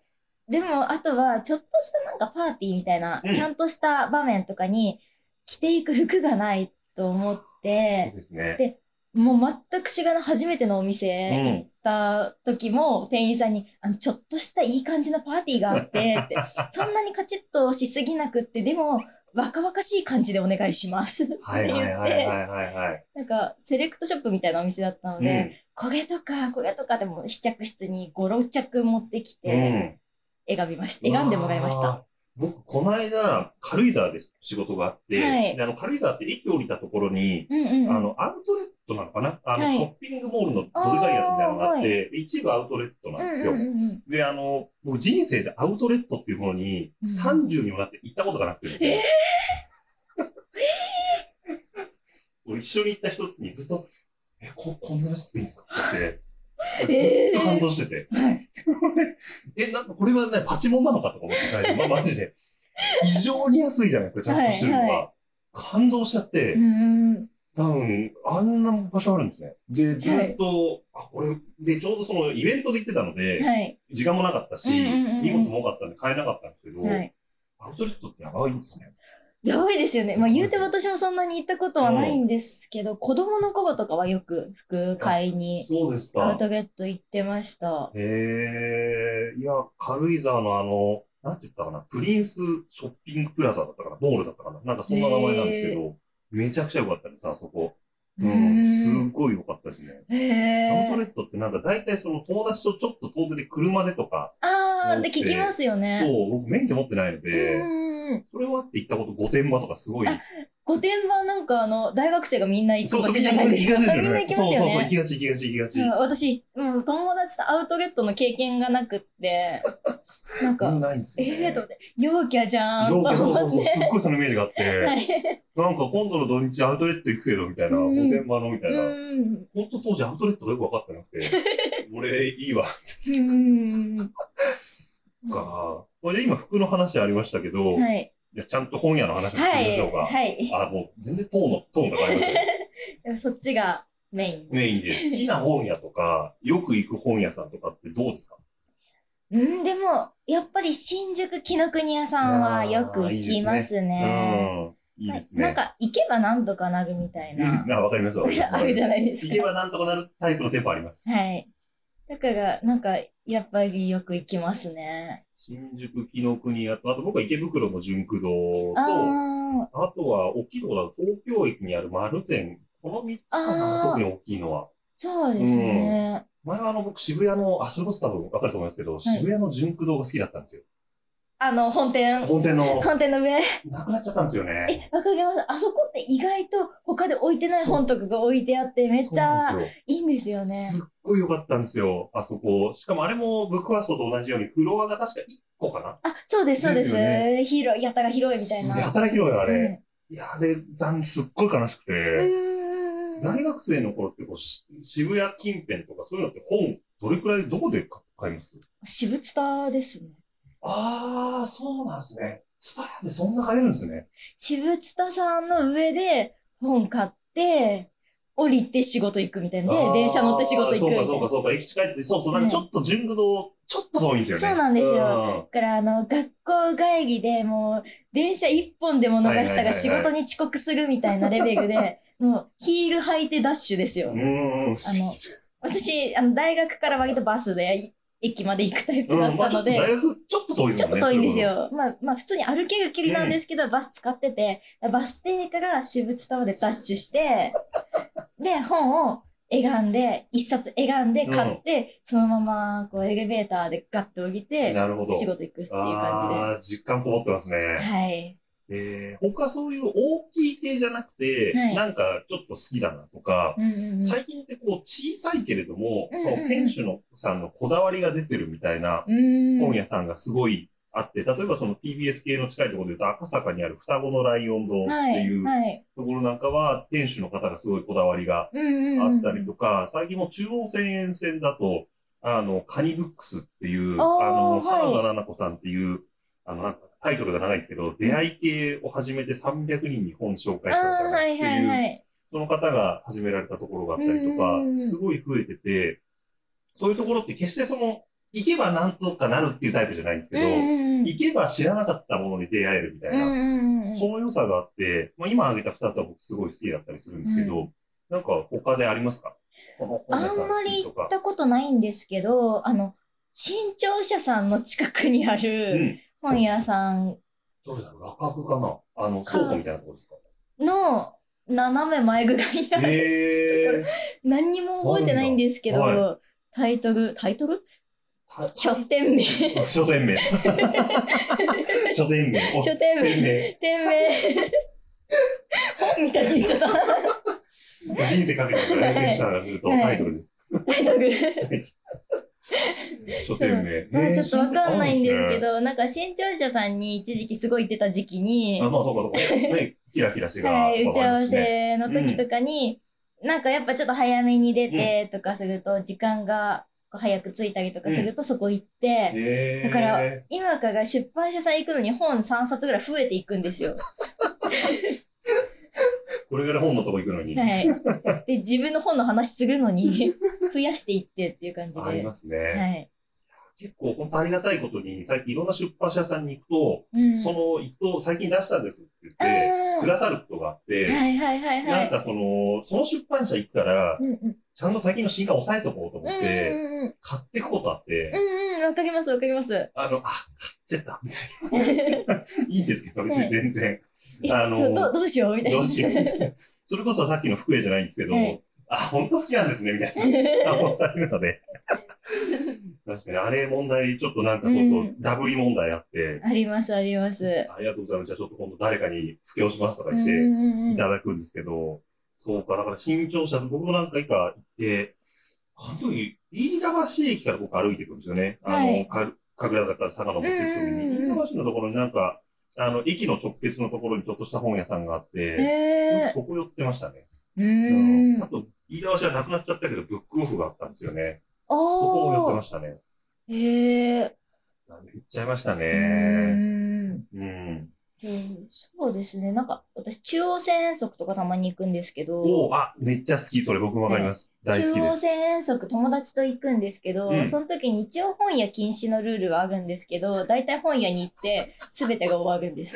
[SPEAKER 2] でも、あとは、ちょっとしたなんかパーティーみたいな、
[SPEAKER 3] うん
[SPEAKER 2] ちゃんとした場面とかに、着ていく服がないと思っ
[SPEAKER 3] そう
[SPEAKER 2] て、
[SPEAKER 3] ですね。
[SPEAKER 2] もう全く知らない初めてのお店
[SPEAKER 3] うん
[SPEAKER 2] 行った時も、店員さんに、あの、ちょっとしたいい感じのパーティーがあ
[SPEAKER 3] [laughs]
[SPEAKER 2] って、って、そんなにカチッとしすぎなくって、でも、若々しい感じでお願いします。って
[SPEAKER 3] はい
[SPEAKER 2] 言
[SPEAKER 3] はい
[SPEAKER 2] っ
[SPEAKER 3] はい
[SPEAKER 2] て、
[SPEAKER 3] はいはいはい。
[SPEAKER 2] なんか、セレクトショップみたいなお店だったの
[SPEAKER 3] うん
[SPEAKER 2] で、これとか、これとかでも試着室に5、6着持ってき
[SPEAKER 3] う
[SPEAKER 2] て、
[SPEAKER 3] ん
[SPEAKER 2] 選びました。選んでもらいまし
[SPEAKER 3] う
[SPEAKER 2] た。
[SPEAKER 3] わー。僕、この間、軽井沢で仕事があって、
[SPEAKER 2] はい
[SPEAKER 3] であの軽井沢って駅降りたところに、
[SPEAKER 2] うんうんうん。
[SPEAKER 3] あの、アウトレットなのかなあの、
[SPEAKER 2] はい
[SPEAKER 3] ショッピングモールのどでかいやつみたいなのがあっ
[SPEAKER 2] あー
[SPEAKER 3] て、一部アウトレットなんですよ。
[SPEAKER 2] うんうんうんうん。
[SPEAKER 3] で、あの、僕人生でアウトレットっていうものに
[SPEAKER 2] うん
[SPEAKER 3] 30にもなって行ったことがなくて。え [laughs] 俺一緒に行った人にずっと、え、ここんなやつでいいんですかって言
[SPEAKER 2] [laughs]
[SPEAKER 3] って、ずっと感動してて。
[SPEAKER 2] はい。
[SPEAKER 3] え、なんかこれはね、パチモンなのかとか思って最初、まあ、マ
[SPEAKER 2] [laughs]
[SPEAKER 3] ジで。異常に安いじゃないですか、ちゃんとしてるのが。
[SPEAKER 2] はいは
[SPEAKER 3] 感動しちゃって、
[SPEAKER 2] うんうん。
[SPEAKER 3] 多分、あんな場所あるんですね。で、ずっと、あ、これ、で、ちょうどそのイベントで行ってたので、
[SPEAKER 2] はい。
[SPEAKER 3] 時間もなかったし、
[SPEAKER 2] うんうんうんうん
[SPEAKER 3] 荷物も多かったんで買えなかったんですけど、
[SPEAKER 2] はい。
[SPEAKER 3] アウトレットってやばいんですね。
[SPEAKER 2] やばいですよね。まあ言うて私もそんなに行ったことはないんですけど、子供の頃とかはよく服買いに
[SPEAKER 3] そうです
[SPEAKER 2] アウ
[SPEAKER 3] か。
[SPEAKER 2] トレット行ってました。
[SPEAKER 3] へえ、いや、軽井沢のあの、なんて言ったかな、プリンスショッピングプラザだったかな、ボールだったかな、なんかそんな名前なんですけど、めちゃくちゃ良かったです、あそこ。
[SPEAKER 2] う
[SPEAKER 3] うん、すっ
[SPEAKER 2] ん。
[SPEAKER 3] ごい良かったですね。
[SPEAKER 2] へ
[SPEAKER 3] アウト
[SPEAKER 2] え。
[SPEAKER 3] レットってなんか大体その友達とちょっと遠出で車でとか、
[SPEAKER 2] あー、で聞きますよね。
[SPEAKER 3] そう、僕免許持ってないの
[SPEAKER 2] うん
[SPEAKER 3] で、
[SPEAKER 2] うんうん。
[SPEAKER 3] それもあって行ったこと御殿場とかすごい。
[SPEAKER 2] あ御殿場なんかあの、大学生がみんな行く場所じゃないですか。
[SPEAKER 3] みんな
[SPEAKER 2] [laughs] みんな行
[SPEAKER 3] 行
[SPEAKER 2] き
[SPEAKER 3] き
[SPEAKER 2] ま
[SPEAKER 3] ますす
[SPEAKER 2] よ
[SPEAKER 3] よね。そうそうそう、行
[SPEAKER 2] ね。
[SPEAKER 3] きがち行きがち行きがち。
[SPEAKER 2] うん私、うん、友達とアウトレットの経験がなく
[SPEAKER 3] [laughs]
[SPEAKER 2] って、なん
[SPEAKER 3] そん
[SPEAKER 2] か、
[SPEAKER 3] なないんですよね。
[SPEAKER 2] ええー、と思って、陽キャじゃん、と
[SPEAKER 3] よう
[SPEAKER 2] 思っ
[SPEAKER 3] け
[SPEAKER 2] て。
[SPEAKER 3] そうそうそう、すっごいそのイメージがあって、
[SPEAKER 2] [laughs] はい
[SPEAKER 3] なんか今度の土日アウトレット行くけど、みたいな、
[SPEAKER 2] う
[SPEAKER 3] 御
[SPEAKER 2] ん
[SPEAKER 3] 殿場のみたいな。
[SPEAKER 2] うん。
[SPEAKER 3] ほんと当時アウトレットがよく分かってなくて、
[SPEAKER 2] [laughs]
[SPEAKER 3] 俺いいわ、
[SPEAKER 2] うん。
[SPEAKER 3] か。これで今服の話ありましたけど、い
[SPEAKER 2] はい。
[SPEAKER 3] やちゃんと本屋の話をして
[SPEAKER 2] は
[SPEAKER 3] みま
[SPEAKER 2] い。
[SPEAKER 3] しょうか。
[SPEAKER 2] はい。
[SPEAKER 3] あ、もう全然トーンの、トーンが変わります
[SPEAKER 2] [laughs]
[SPEAKER 3] ね。
[SPEAKER 2] そっちがメイン。
[SPEAKER 3] メインで。好きな本屋とか、よく行く本屋さんとかってどうですか
[SPEAKER 2] うん、でも、やっぱり新宿紀ノ国屋さんはよく行きますね。
[SPEAKER 3] うん。いいです
[SPEAKER 2] はいなん
[SPEAKER 3] ね。
[SPEAKER 2] か、行けばなんとかなるみたいな
[SPEAKER 3] うん、。あわかりますわかりま
[SPEAKER 2] [laughs]
[SPEAKER 3] す。
[SPEAKER 2] あるじゃないですか
[SPEAKER 3] 行け。ばなんとかなるタイプの店舗あります。
[SPEAKER 2] はい。だから、なんか、やっぱりよく行きますね。
[SPEAKER 3] 新宿、紀ノ国屋と、あと僕は池袋の純駆堂と、あ
[SPEAKER 2] あ
[SPEAKER 3] とは大きいところだと東京駅にある丸善。この3つか
[SPEAKER 2] あ
[SPEAKER 3] な、
[SPEAKER 2] ー
[SPEAKER 3] 特に大きいのは。
[SPEAKER 2] ー、そうですね。
[SPEAKER 3] 前はあの僕渋谷の、あ、それこそ多分わかると思いますけど、渋谷の純駆堂が好きだったんですよ。
[SPEAKER 2] あの、本店。
[SPEAKER 3] 本店の、
[SPEAKER 2] 本店の上。
[SPEAKER 3] なくなっちゃったんですよね。
[SPEAKER 2] え、わかります。あそこって意外と他で置いてない本とかが置いてあって、めっち
[SPEAKER 3] そう
[SPEAKER 2] ゃ
[SPEAKER 3] なんです
[SPEAKER 2] いいんですよ
[SPEAKER 3] よ
[SPEAKER 2] ね。
[SPEAKER 3] すっごい良かったんですよ、あそこ。しかもあれもブックファーストと同じようにフロアが確か1個かな
[SPEAKER 2] あ、そうです、そうで。
[SPEAKER 3] ですすよね
[SPEAKER 2] 広い、やたら広いみたい
[SPEAKER 3] すげえ
[SPEAKER 2] な。
[SPEAKER 3] 働きろよ、あ
[SPEAKER 2] う
[SPEAKER 3] れ。
[SPEAKER 2] ん
[SPEAKER 3] いや、あれ、残、すっごい悲しく
[SPEAKER 2] う
[SPEAKER 3] て。
[SPEAKER 2] ーん。
[SPEAKER 3] 大学生の頃ってこうし、渋谷近辺とかそういうのって本、どれくらいどこで買買います
[SPEAKER 2] 私物タですね。
[SPEAKER 3] あー、そうなんですね。スタヤでそんな買えるんですね。
[SPEAKER 2] 私物タさんの上で本買って、降りて仕事行くみたいな
[SPEAKER 3] あ
[SPEAKER 2] で、
[SPEAKER 3] ー
[SPEAKER 2] 電車乗って仕事行くみ
[SPEAKER 3] そう
[SPEAKER 2] たい
[SPEAKER 3] か、
[SPEAKER 2] な。
[SPEAKER 3] そうか、そうか。駅近いって、そうそう。なん
[SPEAKER 2] は
[SPEAKER 3] か
[SPEAKER 2] い
[SPEAKER 3] ちょっと純駆動、ちょっと遠いんですよね。
[SPEAKER 2] そうなんです
[SPEAKER 3] よ。
[SPEAKER 2] だからあの学校帰りでもう電車一本でも逃
[SPEAKER 3] はい
[SPEAKER 2] した
[SPEAKER 3] はいはいは
[SPEAKER 2] ら
[SPEAKER 3] い
[SPEAKER 2] 仕事に遅刻するみたいなレベルで [laughs] もうヒール履いてダッシュですよ
[SPEAKER 3] う。ん。うん。
[SPEAKER 2] 私あの大学から割とバスで駅まで行くタイプだ
[SPEAKER 3] うん、
[SPEAKER 2] っ
[SPEAKER 3] まあ
[SPEAKER 2] た
[SPEAKER 3] ちょ
[SPEAKER 2] の
[SPEAKER 3] っと
[SPEAKER 2] で、
[SPEAKER 3] だいぶ、ちょっと遠いです
[SPEAKER 2] ちょ
[SPEAKER 3] も
[SPEAKER 2] っ
[SPEAKER 3] ん
[SPEAKER 2] と
[SPEAKER 3] ね。
[SPEAKER 2] 遠いんですよ。まあ、まあ普通に歩ける距離なんですけど、バス使ってて、バス停から私物タワーでダッシュして、で、本を選んで、一冊選んで買って、そのままこうエレベーターでガッと降り
[SPEAKER 3] それは。
[SPEAKER 2] て、
[SPEAKER 3] なるほど。
[SPEAKER 2] 仕事行くっていう感
[SPEAKER 3] ああ、実感こもってます
[SPEAKER 2] じで。
[SPEAKER 3] ね。
[SPEAKER 2] はい。
[SPEAKER 3] えー、他そういう大きい系じゃなくて、
[SPEAKER 2] はい
[SPEAKER 3] なんかちょっと好きだなとか、
[SPEAKER 2] うんうんうん
[SPEAKER 3] 最近ってこう小さいけれども、
[SPEAKER 2] うんうん
[SPEAKER 3] その店主のさんのこだわりが出てるみたいな
[SPEAKER 2] うん
[SPEAKER 3] 本屋さんがすごいあって、例えばその TBS 系の近いところで言うと赤坂にある双子のライオン堂っていう
[SPEAKER 2] はいはい
[SPEAKER 3] ところなんかは、店主の方がすごいこだわりが
[SPEAKER 2] うんうん
[SPEAKER 3] あ
[SPEAKER 2] うん
[SPEAKER 3] ったりとか、最近も中央線沿線だと、あの、カニブックスっていう、あ
[SPEAKER 2] あーは
[SPEAKER 3] の、
[SPEAKER 2] い
[SPEAKER 3] 原田奈々子さんっていう、あの、なんかタイトルが長いんですけど、出会い系を始めて300人に本紹介
[SPEAKER 2] あ
[SPEAKER 3] したみたい
[SPEAKER 2] ー
[SPEAKER 3] なっ
[SPEAKER 2] は
[SPEAKER 3] て
[SPEAKER 2] い
[SPEAKER 3] いう、
[SPEAKER 2] はいはい。
[SPEAKER 3] その方が始められたところがあったり
[SPEAKER 2] うんう
[SPEAKER 3] と
[SPEAKER 2] んう
[SPEAKER 3] か、
[SPEAKER 2] ん
[SPEAKER 3] すごい増えてて、そういうところって決してその、行けばなんとかなるっていうタイプじゃないんですけど、
[SPEAKER 2] うんうんうん
[SPEAKER 3] 行けば知らなかったものに出会えるみたいな、
[SPEAKER 2] うんうんうん
[SPEAKER 3] その良さがあって、まあ、今挙げた2つは僕すごい好きだったりするんですけど、
[SPEAKER 2] う
[SPEAKER 3] なんか他でありますかこの
[SPEAKER 2] あ
[SPEAKER 3] 本
[SPEAKER 2] ん
[SPEAKER 3] 屋さん
[SPEAKER 2] ま
[SPEAKER 3] 好き
[SPEAKER 2] り行
[SPEAKER 3] と
[SPEAKER 2] っ
[SPEAKER 3] か。
[SPEAKER 2] たことないんですけど、あの、新潮社さんの近くにあ
[SPEAKER 3] う
[SPEAKER 2] る
[SPEAKER 3] ん。
[SPEAKER 2] 本屋さん
[SPEAKER 3] どれだろう落角かなあの、
[SPEAKER 2] か
[SPEAKER 3] 倉庫みたいなところですか
[SPEAKER 2] の斜め前ぐらいにある
[SPEAKER 3] へえ。
[SPEAKER 2] 何にも覚えてないんですけど、
[SPEAKER 3] あるんだは
[SPEAKER 2] タイトル、タイトル
[SPEAKER 3] た
[SPEAKER 2] 書店名。
[SPEAKER 3] 書
[SPEAKER 2] [laughs]
[SPEAKER 3] 店名。書店名。お
[SPEAKER 2] 書店名。
[SPEAKER 3] 名。
[SPEAKER 2] 店名。 [laughs]
[SPEAKER 3] [laughs]
[SPEAKER 2] 本みたいに言っちゃった。
[SPEAKER 3] 人生かけてるから、編者からすると
[SPEAKER 2] はい
[SPEAKER 3] タイトル
[SPEAKER 2] タイトル。
[SPEAKER 3] です。書店名。
[SPEAKER 2] まあちょっとわかんないんですけ
[SPEAKER 3] あ。
[SPEAKER 2] ど、なんか新潮社さんに一時期すごい出た時期に、
[SPEAKER 3] あ、まあそうかそうか。ね、キラキラしてが。
[SPEAKER 2] はい、打ち合わ
[SPEAKER 3] ね。
[SPEAKER 2] せの時とかに、なんかやっぱちょっと早めに出てとかすると、時間がこう早く着いたりとかするとそこ行って、
[SPEAKER 3] へ
[SPEAKER 2] だ
[SPEAKER 3] え。
[SPEAKER 2] から今から出版社さん行くのに本3冊ぐらい増えていくんですよ。
[SPEAKER 3] これから本のとこ行くのに。
[SPEAKER 2] はい。で、自分の本の話するのに [laughs] 増やしていってっていう感じで。
[SPEAKER 3] ありますね。
[SPEAKER 2] はい。
[SPEAKER 3] 結構本当ありがたいことに、最近いろんな出版社さんに行くと、
[SPEAKER 2] うん。
[SPEAKER 3] その、行くと最近出したんですって
[SPEAKER 2] あ
[SPEAKER 3] 言っ
[SPEAKER 2] ー
[SPEAKER 3] て、くださることがあって、
[SPEAKER 2] はいはいはいは
[SPEAKER 3] なん
[SPEAKER 2] い。
[SPEAKER 3] かその、その出版社行くから
[SPEAKER 2] う、んうん
[SPEAKER 3] ちゃんと最近の新刊押さえとこうと思
[SPEAKER 2] うん
[SPEAKER 3] っ
[SPEAKER 2] うん
[SPEAKER 3] て、
[SPEAKER 2] うんうん
[SPEAKER 3] 買っていくことあって、
[SPEAKER 2] うんうんわかりますわかります。
[SPEAKER 3] あの、あ、買っちゃった、みたいな。いいんですけど、別
[SPEAKER 2] は
[SPEAKER 3] に
[SPEAKER 2] い
[SPEAKER 3] 全然。
[SPEAKER 2] え
[SPEAKER 3] [laughs] あの
[SPEAKER 2] そうどうどうしようみたいな。
[SPEAKER 3] どうしようみたいな。それこそさっきの福江じゃないんですけど、
[SPEAKER 2] はい
[SPEAKER 3] あ、本当好きなんですね、みたいな。あ、もうされるので。確かに、あれ問題、ちょっとなんかそうそう、
[SPEAKER 2] うん
[SPEAKER 3] ダブり問題あって、
[SPEAKER 2] [laughs] ありますあります。
[SPEAKER 3] ありがとうございます。じゃあちょっと今度誰かに布教しますとか
[SPEAKER 2] う
[SPEAKER 3] 言
[SPEAKER 2] ん
[SPEAKER 3] っ
[SPEAKER 2] う
[SPEAKER 3] て
[SPEAKER 2] んうん
[SPEAKER 3] いただくんですけど、そうか、だから新潮社、僕も何回か行って、あの時、飯田橋駅から僕歩いてくるんですよね。あの、
[SPEAKER 2] はい
[SPEAKER 3] か神楽坂から坂登ってる時に、
[SPEAKER 2] うんうんうん
[SPEAKER 3] 飯田橋のところになんか、あの、駅の直結のところにちょっとした本屋さんがあって、よ
[SPEAKER 2] へ
[SPEAKER 3] く
[SPEAKER 2] え
[SPEAKER 3] そこ寄ってましたね。
[SPEAKER 2] う
[SPEAKER 3] うん
[SPEAKER 2] ーん
[SPEAKER 3] あ。と、飯田橋はなくなっちゃったけど、ブックオフがあったんですよね。
[SPEAKER 2] あ
[SPEAKER 3] そこも寄って
[SPEAKER 2] ー
[SPEAKER 3] ましたね。
[SPEAKER 2] へえ
[SPEAKER 3] なんで行っちゃいました
[SPEAKER 2] う
[SPEAKER 3] ね。
[SPEAKER 2] ーん
[SPEAKER 3] うん。
[SPEAKER 2] うんそうですね。なんか、私、中央線遠足とかたまに行くんですけど、
[SPEAKER 3] おーあ、めっちゃ好き。それ僕もわかります。大好
[SPEAKER 2] 中
[SPEAKER 3] きで
[SPEAKER 2] 央
[SPEAKER 3] す。
[SPEAKER 2] 線遠足友達と行くんですけど、
[SPEAKER 3] うん
[SPEAKER 2] その時に一応本屋禁止のルールはあるんですけど、大体本屋に行って、すべてが終わるんです。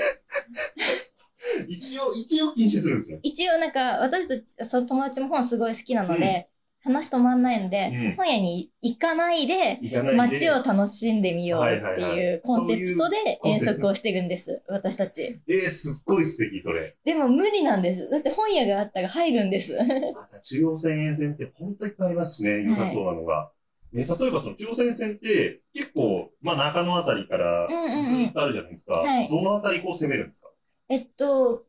[SPEAKER 3] 一応、一応禁止するんですよ。
[SPEAKER 2] 一応なんか、私たち、その友達も本すごい好きなので、話止まんないので、
[SPEAKER 3] うん
[SPEAKER 2] 本屋に行かないで、
[SPEAKER 3] 行かないで。
[SPEAKER 2] 街を楽しんでみようっ
[SPEAKER 3] はい
[SPEAKER 2] て
[SPEAKER 3] はい
[SPEAKER 2] いうコンセプトで
[SPEAKER 3] そういうコン
[SPEAKER 2] 遠
[SPEAKER 3] セプト
[SPEAKER 2] 足をしてるんです、私たち。
[SPEAKER 3] えー、すっごい素敵、それ。
[SPEAKER 2] でも無理なんです。だって本屋があったら入るんです。 [laughs]
[SPEAKER 3] また中央線沿線ってほんといっぱいありますしね、良さそうなのが。ね、例えばその中央線沿線って結構、まあ中野あたりから
[SPEAKER 2] うんうんうん
[SPEAKER 3] ずっとあるじゃないですか。
[SPEAKER 2] はい
[SPEAKER 3] どのあたりこう攻めるんですか
[SPEAKER 2] えっと、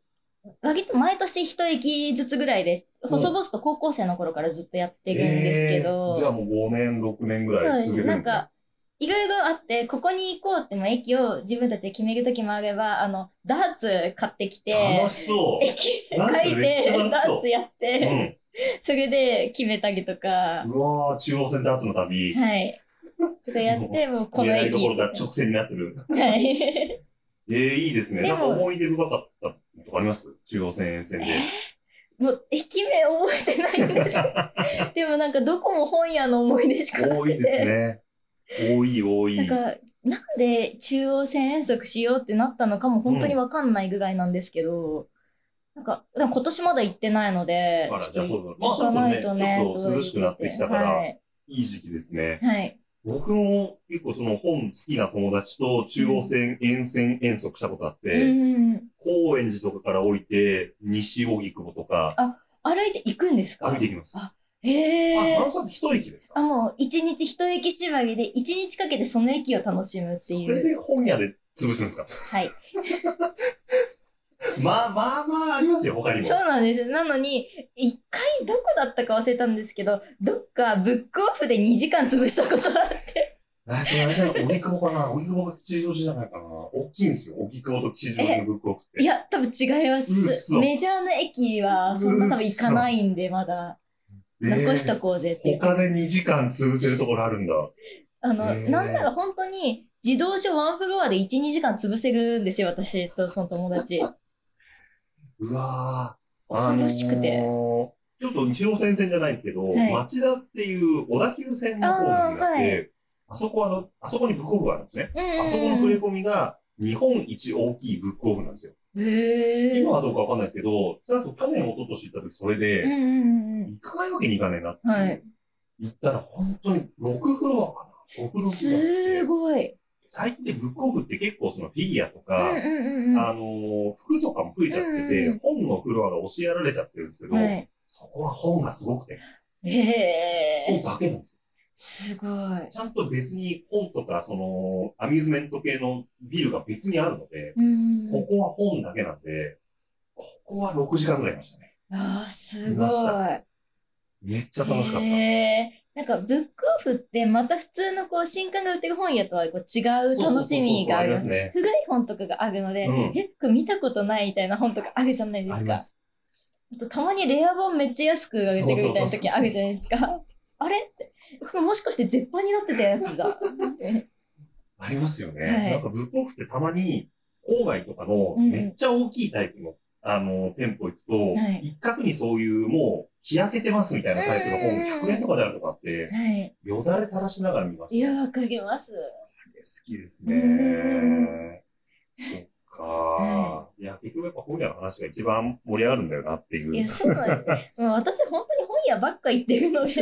[SPEAKER 2] 割と毎年一駅ずつぐらいで、
[SPEAKER 3] ん
[SPEAKER 2] 細々と高校生の頃からずっとやってるんですけ
[SPEAKER 3] えー
[SPEAKER 2] ど、
[SPEAKER 3] じゃあもう5年、6年ぐ
[SPEAKER 2] そう
[SPEAKER 3] ら
[SPEAKER 2] で
[SPEAKER 3] い
[SPEAKER 2] すね。
[SPEAKER 3] 続けてる
[SPEAKER 2] なんん
[SPEAKER 3] ですね
[SPEAKER 2] か、いろいろあって、ここに行こうって、まあ、駅を自分たちで決める時もあれば、あの、ダーツ買ってきて、
[SPEAKER 3] 楽しそ
[SPEAKER 2] 駅
[SPEAKER 3] ダーツ
[SPEAKER 2] 書い
[SPEAKER 3] めっち
[SPEAKER 2] て
[SPEAKER 3] ゃ楽しそう、
[SPEAKER 2] ダーツやっ [laughs]
[SPEAKER 3] う。
[SPEAKER 2] て、
[SPEAKER 3] う
[SPEAKER 2] それで決めたりとか、
[SPEAKER 3] ん。うわー、中央線ダーツの旅。
[SPEAKER 2] はい。とかやって、もうこの
[SPEAKER 3] 狙いど
[SPEAKER 2] 駅
[SPEAKER 3] ころ。が直線になってる。
[SPEAKER 2] はい。
[SPEAKER 3] えー、いいですね。
[SPEAKER 2] で
[SPEAKER 3] な
[SPEAKER 2] も
[SPEAKER 3] んか思い出深かったとかあります中央線沿線で。
[SPEAKER 2] もう駅名覚えてないんです。でもなんかどこも本屋の思い出しかなくて。
[SPEAKER 3] 多いですね。多い多い。
[SPEAKER 2] なんか、なんで中央線遠足しようってなったのかも本当にわかんないぐらいなんですけど、なんか、でも今年まだ行ってないので
[SPEAKER 3] あら、
[SPEAKER 2] ち
[SPEAKER 3] じゃ
[SPEAKER 2] ょ
[SPEAKER 3] あ
[SPEAKER 2] っ
[SPEAKER 3] そ
[SPEAKER 2] と
[SPEAKER 3] うだ。まあ
[SPEAKER 2] 行
[SPEAKER 3] そろ
[SPEAKER 2] か
[SPEAKER 3] そろ
[SPEAKER 2] な
[SPEAKER 3] ね、
[SPEAKER 2] い
[SPEAKER 3] ち
[SPEAKER 2] と
[SPEAKER 3] ょっ
[SPEAKER 2] ね、
[SPEAKER 3] と涼しくなってきたから、
[SPEAKER 2] はい
[SPEAKER 3] い時期ですね。
[SPEAKER 2] い。はい。
[SPEAKER 3] 僕も結構その本好きな友達と中央線沿線遠足したことあって、
[SPEAKER 2] うん。
[SPEAKER 3] 高円寺とかから降りて、西荻窪とか
[SPEAKER 2] 歩いて行くんですか
[SPEAKER 3] 歩いていきます。
[SPEAKER 2] あ
[SPEAKER 3] あ、
[SPEAKER 2] へえ
[SPEAKER 3] マ。ラさんって一駅です
[SPEAKER 2] あ、
[SPEAKER 3] か
[SPEAKER 2] もう一日一駅縛りで、一日かけてその駅を楽しむって
[SPEAKER 3] そ
[SPEAKER 2] い
[SPEAKER 3] れ
[SPEAKER 2] う。
[SPEAKER 3] で本屋で潰すんですか
[SPEAKER 2] はい。
[SPEAKER 3] まあまあまあありますよ、他にも
[SPEAKER 2] そう。なんです。なのに、一回どこだったか忘れたんですけど、どっかブックオフで2時間潰したことがあって。
[SPEAKER 3] あ、それあれじゃない、荻窪かな荻窪が吉祥寺じゃないかな大きいんですよ、荻窪と吉祥寺のブックオフって。
[SPEAKER 2] いや、多分違います。
[SPEAKER 3] 嘘
[SPEAKER 2] メジャーな駅はそんな多分行かないんで、まだ
[SPEAKER 3] えー
[SPEAKER 2] 残しとこうぜっていう。
[SPEAKER 3] 他で2時間潰せるところあるんだ。
[SPEAKER 2] あの、
[SPEAKER 3] えー
[SPEAKER 2] なんなら本当に自動車ワンフロアで1、2時間潰せるんですよ、私とその友達。
[SPEAKER 3] うわー。
[SPEAKER 2] 恐ろしくて
[SPEAKER 3] あのーちょっと日曜線線じゃないんですけど、
[SPEAKER 2] はい
[SPEAKER 3] 町田っていう小田急線の方にあっ
[SPEAKER 2] あーは
[SPEAKER 3] て、あ,、そこはあの、あそこにブックオフがあるんですね。
[SPEAKER 2] うん
[SPEAKER 3] あそこの触れ込みが日本一大きいブックオフなんですよ。
[SPEAKER 2] へー
[SPEAKER 3] 今はどうかわかんないですけど、それだと去年、一昨年行った時それ
[SPEAKER 2] うん
[SPEAKER 3] で、
[SPEAKER 2] うんうんうん
[SPEAKER 3] 行かないわけにいかねえなって。
[SPEAKER 2] はい
[SPEAKER 3] 行ったら本当に6フロアかな ?5 フロアぐらいあって
[SPEAKER 2] すごい。
[SPEAKER 3] 最近でブックオフって結構そのフィギュアと
[SPEAKER 2] うん
[SPEAKER 3] か、
[SPEAKER 2] うんうんうん。
[SPEAKER 3] あのー服とかも増えちゃってて、
[SPEAKER 2] うんうん
[SPEAKER 3] 本のフロアが押しやられちゃってるんですけど、
[SPEAKER 2] はい。
[SPEAKER 3] そこは本がすごくて、
[SPEAKER 2] へ
[SPEAKER 3] 本
[SPEAKER 2] え。
[SPEAKER 3] だけなんですよ。
[SPEAKER 2] すごい。
[SPEAKER 3] ちゃんと別に本とか、その、アミューズメント系のビルが別にあるので、
[SPEAKER 2] うん。
[SPEAKER 3] ここは本だけなんで、ここは6時間ぐらいいましたね。
[SPEAKER 2] ああ、す
[SPEAKER 3] 見
[SPEAKER 2] ごい
[SPEAKER 3] ま。しためっちゃ楽しかった。
[SPEAKER 2] へえ。なんかブックオフってまた普通のこう新刊が売ってる本屋とはこう違う楽しみがありますね。
[SPEAKER 3] ね。
[SPEAKER 2] 古い本とかがあるので、
[SPEAKER 3] うん
[SPEAKER 2] え、これ見たことないみたいな本とかあるじゃないで
[SPEAKER 3] あ
[SPEAKER 2] す
[SPEAKER 3] り
[SPEAKER 2] か。
[SPEAKER 3] ま
[SPEAKER 2] あ
[SPEAKER 3] す。
[SPEAKER 2] とたまにレア本めっちゃ安く上げてるみたいな時あるじゃないですか。あれって、これもしかして絶版になってたやつだ。
[SPEAKER 3] ありますよね。
[SPEAKER 2] はい
[SPEAKER 3] なんかブックオフってたまに、郊外とかの
[SPEAKER 2] うんうん
[SPEAKER 3] めっちゃ大きいタイプの、あの、店舗行くと、
[SPEAKER 2] はい
[SPEAKER 3] 一角にそういうもう、日焼けてますみたいなタイプの
[SPEAKER 2] うんうんうん
[SPEAKER 3] 本、100円とかであるとかって、
[SPEAKER 2] はい。
[SPEAKER 3] よだれ垂らしながら見ます。
[SPEAKER 2] いや、わかります。
[SPEAKER 3] 好きです
[SPEAKER 2] うん
[SPEAKER 3] ね。そっか、。
[SPEAKER 2] はい
[SPEAKER 3] や、結局やっぱ本屋の話が一番盛り上がるんだよなっていう。
[SPEAKER 2] いや、そうなんです。もう私、本当に本屋ばっか行ってるので、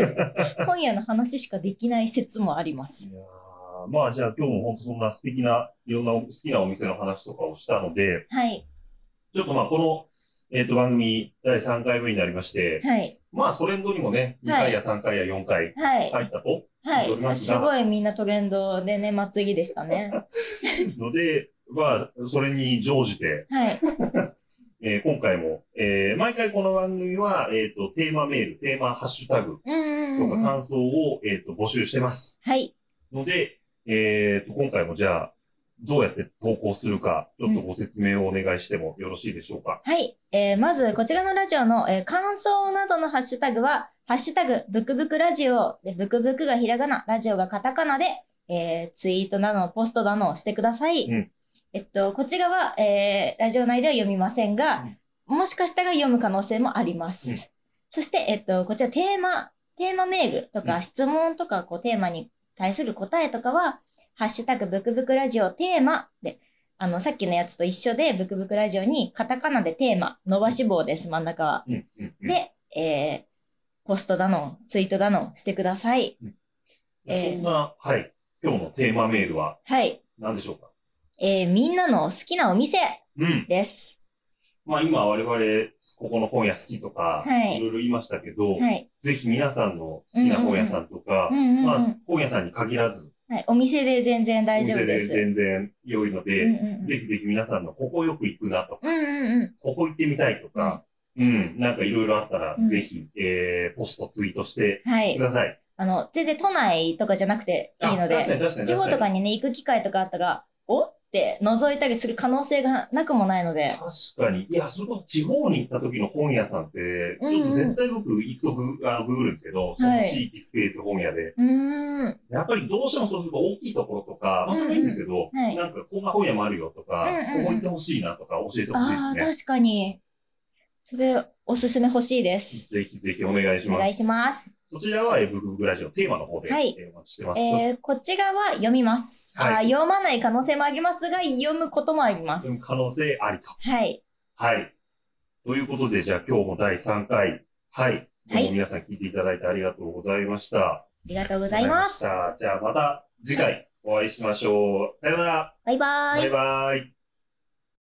[SPEAKER 2] 本屋の話しかできない説もあります。
[SPEAKER 3] いやーまあじゃあ今日も本当そんな素敵な、いろんな好きなお店の話とかをしたので、
[SPEAKER 2] はい。
[SPEAKER 3] ちょっとまあこの、えっ、と番組第3回目になりまして、
[SPEAKER 2] はい。
[SPEAKER 3] まあトレンドにもね、2回や3回や4回
[SPEAKER 2] はい。
[SPEAKER 3] 入ったと、
[SPEAKER 2] はい。
[SPEAKER 3] はい
[SPEAKER 2] すごいみんなトレンドでね、祭りでしたね。
[SPEAKER 3] ので、まあそれに乗じて、
[SPEAKER 2] はい。
[SPEAKER 3] えー今回も、えー毎回この番組は、えっ、と、テーマメール、テーマハッシュタグ
[SPEAKER 2] うんうんう
[SPEAKER 3] とか
[SPEAKER 2] んうん。
[SPEAKER 3] 感想を、えっ、と、募集してます。
[SPEAKER 2] はい。
[SPEAKER 3] ので、えっ、と、今回もじゃあ、どうやって投稿するか、ちょっとご説明をお願いしてもよろしいでしょうか。
[SPEAKER 2] はい。えーまず、こちらのラジオの、えー感想などのハッシュタグは、ハッシュタグ、ブクブクラジオで、ブクブクがひらがな、ラジオがカタカナで、えーツイートなど、ポストなどをしてください。
[SPEAKER 3] うん
[SPEAKER 2] えっと、こちらは、えーラジオ内では読みませんが、もしかしたら読む可能性もあります。
[SPEAKER 3] うん
[SPEAKER 2] そして、えっと、こちらテーマ、テーマメールと
[SPEAKER 3] う
[SPEAKER 2] か、
[SPEAKER 3] ん
[SPEAKER 2] 質問とか、こう、テーマに対する答えとかは、ハッシュタグ、ブクブクラジオテーマで、あの、さっきのやつと一緒で、ブクブクラジオにカタカナでテーマ、伸ばし棒です、真ん中は。
[SPEAKER 3] うんうんうん
[SPEAKER 2] で、えー、ポストだの、ツイートだのしてください。えー
[SPEAKER 3] そんな、はい、今日のテーマメールは
[SPEAKER 2] はい。
[SPEAKER 3] 何でしょうか
[SPEAKER 2] えー、みんなの好きなお店
[SPEAKER 3] うん。
[SPEAKER 2] です。
[SPEAKER 3] まあ今我々、ここの本屋好きとか、
[SPEAKER 2] はい
[SPEAKER 3] いろいろ言いましたけど、
[SPEAKER 2] はい。
[SPEAKER 3] ぜひ皆さんの好きな本屋さんとか
[SPEAKER 2] う、んうん、うん
[SPEAKER 3] まあ本屋さんに限らず、
[SPEAKER 2] はい。お店で全然大丈夫です。
[SPEAKER 3] お店で全然良いので、
[SPEAKER 2] うんうんうん
[SPEAKER 3] ぜひぜひ皆さんのここよく行くなとか、
[SPEAKER 2] うんうんうん。
[SPEAKER 3] ここ行ってみたいとか、うん、なんかいろいろあったら、
[SPEAKER 2] うん
[SPEAKER 3] ぜひ、えー、ポストツイートして
[SPEAKER 2] はい
[SPEAKER 3] く。ださい。
[SPEAKER 2] あの、全然都内とかじゃなくていいの
[SPEAKER 3] あ確
[SPEAKER 2] で、
[SPEAKER 3] かに確かに確かに。
[SPEAKER 2] 地方とかにね、行く機会とかあったら、おって覗いたりする可能性がなくもないので、
[SPEAKER 3] 確かに。いや、それこそ地方に行った時の本屋さんって、
[SPEAKER 2] うんうん
[SPEAKER 3] ちょっと絶対僕行くとグあのググるんですけど、その地域スペース本屋で。
[SPEAKER 2] うーん、
[SPEAKER 3] やっぱりどうしてもそうすると大きいところとか、まあそれはいいんですけど、
[SPEAKER 2] うんうんはい
[SPEAKER 3] なんかこんな本屋もあるよとか、
[SPEAKER 2] うんうんうん
[SPEAKER 3] ここ行ってほしいなとか教えてほしい
[SPEAKER 2] ああ、
[SPEAKER 3] ですね。
[SPEAKER 2] 確かに。それ、おすすめ欲しいです。
[SPEAKER 3] ぜひぜひお願いし
[SPEAKER 2] お
[SPEAKER 3] ます。
[SPEAKER 2] 願いします。
[SPEAKER 3] そちらは、えーブクブクラジオテーマの方で、
[SPEAKER 2] はい
[SPEAKER 3] えーお待ちしてます。
[SPEAKER 2] えー、こちらは読みます、あ
[SPEAKER 3] は
[SPEAKER 2] ー
[SPEAKER 3] い
[SPEAKER 2] 読まない可能性もありますが、読むこともありま
[SPEAKER 3] でも
[SPEAKER 2] す。
[SPEAKER 3] 可能性ありと。
[SPEAKER 2] はい。
[SPEAKER 3] はい。ということで、じゃあ今日も第3回、はい。どうも皆さん聞いていただいてありがとうございました。
[SPEAKER 2] りがとうございます。
[SPEAKER 3] わかりましたじゃあまた次回お会いしましょう。さよなら。
[SPEAKER 2] バイバーイ
[SPEAKER 3] バイ。バイ。